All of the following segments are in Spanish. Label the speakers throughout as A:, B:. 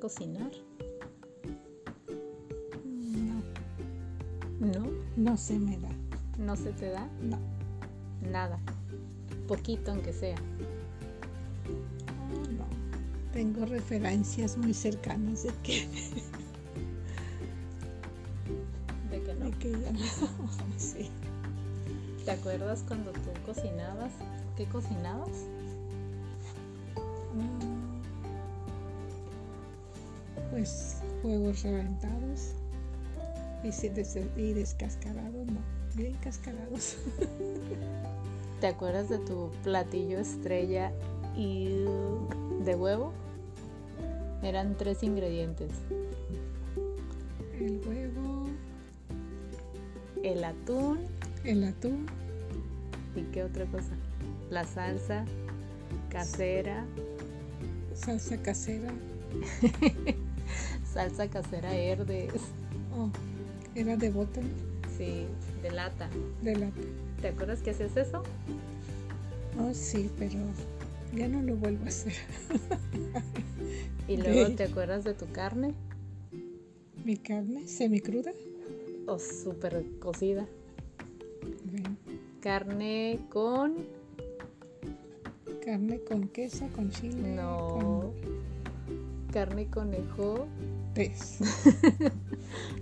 A: cocinar?
B: No,
A: No,
B: no se me da.
A: no se te da
B: No.
A: nada. Poquito aunque sea.
B: Ah, no. Tengo referencias muy cercanas de que,
A: De que no.
B: de que ya no. Sí.
A: ¿Te acuerdas cuando tú cocinabas? ¿Qué cocinabas?
B: Ah, Pues huevos reventados y, si des- y descascarados, no. Bien cascarados.
A: ¿Te acuerdas de tu platillo estrella y de huevo? Eran tres ingredientes.
B: El huevo,
A: El atún
B: el atún,
A: y qué otra cosa. La salsa casera.
B: salsa casera.
A: Salsa casera verde.
B: Oh, era de bote,
A: Sí, de lata.
B: de lata.
A: ¿Te acuerdas que hacías eso?
B: Oh, sí, pero ya no lo vuelvo a hacer.
A: Y luego
B: Ok.
A: te acuerdas de tu carne
B: Mi carne semicruda.
A: o súper cocida.
B: Bueno,
A: Carne con
B: carne con queso, con chile,
A: no.
B: con
A: Carne conejo.
B: pez.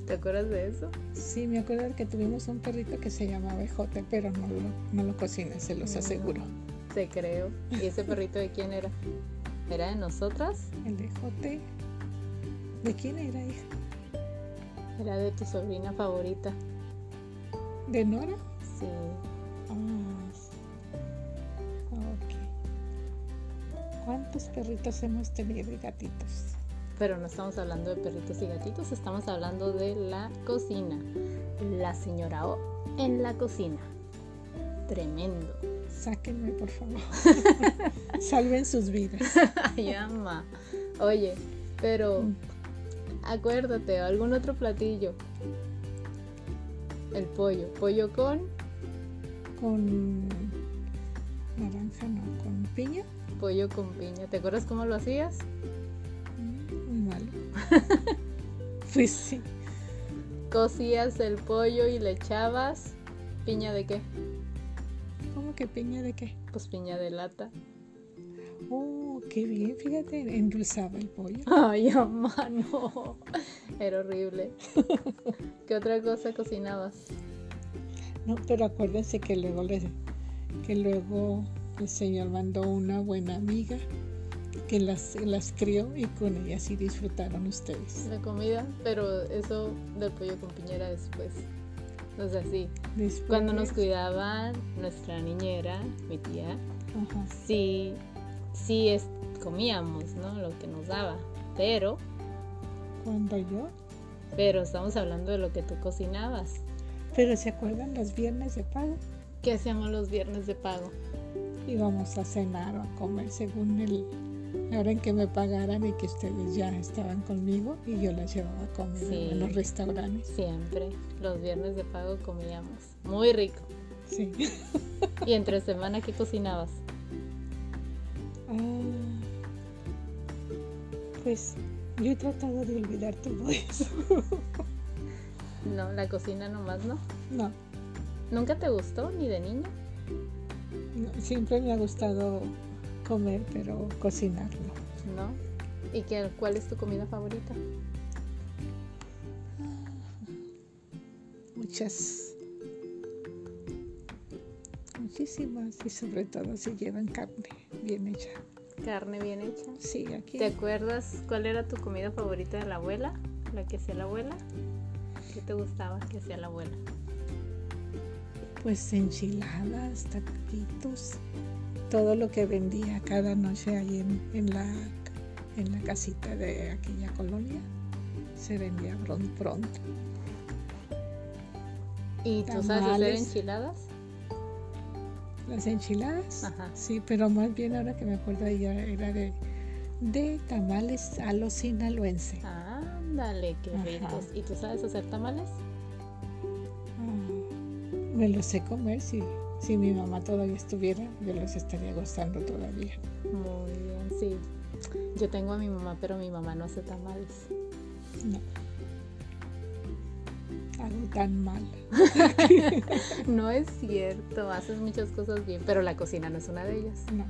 A: ¿Te acuerdas de eso?
B: Sí, me acuerdo que tuvimos un perrito que se llamaba Ejote, pero no lo, no lo cocina, se los
A: No.
B: aseguro.
A: Te creo. ¿Y ese perrito de quién era? ¿Era de nosotras?
B: El de Ejote, ¿de quién era hija?
A: Era de tu sobrina favorita.
B: ¿De Nora?
A: Sí.
B: Ah, ok. ¿Cuántos perritos hemos tenido y gatitos?
A: Pero no estamos hablando de perritos y gatitos, estamos hablando de la cocina. La señora O en la cocina. Tremendo.
B: Sáquenme, por favor. Salven sus vidas.
A: Ay, ama. Oye, pero
B: Mm.
A: acuérdate, algún otro platillo. El pollo. Pollo con
B: Con naranja, no, con piña.
A: pollo con piña. ¿Te acuerdas cómo lo hacías?
B: Mm, Muy malo. pues sí,
A: Cocías el pollo y le echabas piña de qué?
B: ¿cómo que piña de qué?
A: Pues piña de lata.
B: Oh, qué bien, fíjate, endulzaba el pollo.
A: Ay, ama, no. Era horrible. ¿Qué otra cosa cocinabas?
B: No, pero acuérdense que luego les- que luego el señor mandó una buena amiga que las, las crió y con ella sí disfrutaron ustedes.
A: La comida, pero eso del pollo con piña era después. O sea, sí.
B: Después-
A: Cuando nos cuidaba nuestra niñera, mi tía,
B: Ajá.
A: sí, sí es, comíamos, ¿no? Lo que nos daba. Pero,
B: Cuando yo,
A: pero estamos hablando de lo que tú cocinabas.
B: pero se acuerdan los viernes de pago
A: ¿Qué hacíamos los viernes de pago?
B: íbamos a cenar o a comer según el la hora en que me pagaran y que ustedes ya estaban conmigo y yo las llevaba a comer
A: Sí.
B: a los restaurantes.
A: Siempre, los viernes de pago comíamos. Muy rico.
B: Sí.
A: ¿Y entre semana qué cocinabas?
B: Ah, pues yo he tratado de olvidar todo eso.
A: No, la cocina nomás no.
B: No,
A: ¿Nunca te gustó ni de niño?
B: no, siempre me ha gustado comer, pero cocinarlo.
A: ¿No? ¿Y qué, cuál es tu comida favorita?
B: Muchas. Muchísimas y sobre todo si llevan carne bien hecha.
A: Carne bien hecha.
B: Sí, aquí.
A: ¿Te acuerdas cuál era tu comida favorita de la abuela? ¿La que hacía la abuela? ¿Qué te gustaba que hacía la abuela?
B: Pues enchiladas, taquitos, todo lo que vendía cada noche ahí en, en la, en la casita de aquella colonia, se vendía pron- pronto.
A: ¿Y tú sabes hacer
B: Tamales.
A: enchiladas?
B: Las enchiladas,
A: Ajá.
B: sí, pero más bien ahora que me acuerdo ya era de, de tamales a lo sinaloense.
A: Ah. Ándale, qué
B: Ajá.
A: ricos. ¿Y tú sabes hacer tamales?
B: Ah, me los sé comer, si, si mi mamá todavía estuviera, yo los estaría gozando todavía.
A: Muy bien, sí. Yo tengo a mi mamá, pero mi mamá no hace tamales.
B: No. Algo tan mal.
A: No es cierto, haces muchas cosas bien, pero la cocina no es una de ellas.
B: No.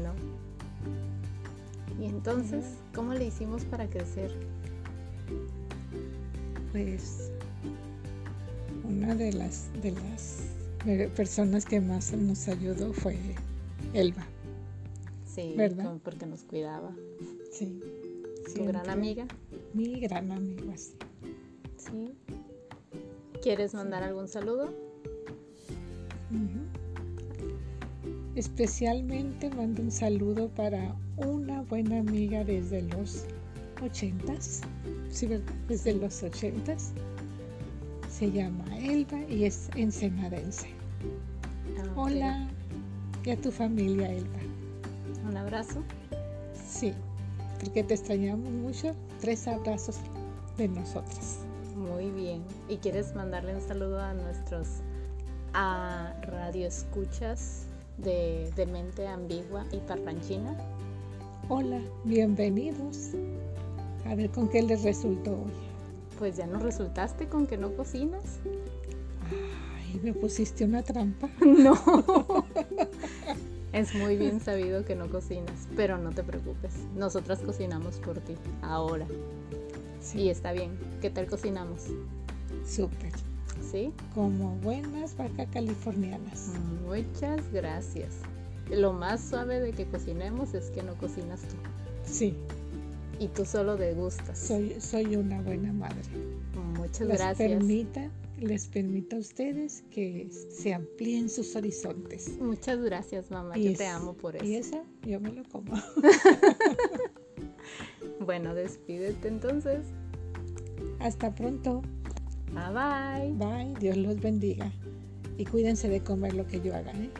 A: No. Y entonces, ¿cómo le hicimos para crecer?
B: Pues una de las, de las eh, personas que más nos ayudó fue Elba.
A: Sí,
B: ¿Verdad?
A: con- porque nos cuidaba.
B: Sí.
A: Tu gran
B: siempre.
A: amiga.
B: Mi gran amiga, sí.
A: Sí. ¿Quieres mandar algún saludo?
B: Ujú. Especialmente mando un saludo para una buena amiga desde los ochentas, sí, ¿verdad? Desde los ochentas. Se llama Elba y es ensenadense.
A: Ah, ok.
B: Hola, y a tu familia, Elba.
A: Un abrazo.
B: Sí, porque te extrañamos mucho. Tres abrazos de nosotras.
A: Muy bien. ¿Y quieres mandarle un saludo a nuestros a radio escuchas de, de mente ambigua y parlanchina?
B: Hola, bienvenidos. A ver con qué les resultó hoy.
A: Pues ya nos resultaste con que no cocinas.
B: Ay, me pusiste una trampa.
A: No. es muy bien sabido que no cocinas, pero no te preocupes. Nosotras cocinamos por ti ahora. Y
B: Sí,
A: está bien. ¿Qué tal cocinamos?
B: súper.
A: ¿Sí?
B: Como buenas vacas californianas.
A: Muchas gracias. Lo más suave de que cocinemos es que no cocinas tú.
B: Sí,
A: Y tú solo degustas.
B: soy, soy una buena madre.
A: Muchas
B: Les
A: gracias.
B: permita, les permita a ustedes que se amplíen sus horizontes.
A: Muchas gracias, mamá.
B: Y
A: Yo
B: es-
A: te amo por
B: Y
A: eso.
B: esa yo me lo como.
A: Bueno, despídete entonces.
B: Hasta pronto.
A: Bye bye.
B: Bye, Dios los bendiga. Y cuídense de comer lo que yo haga, ¿eh?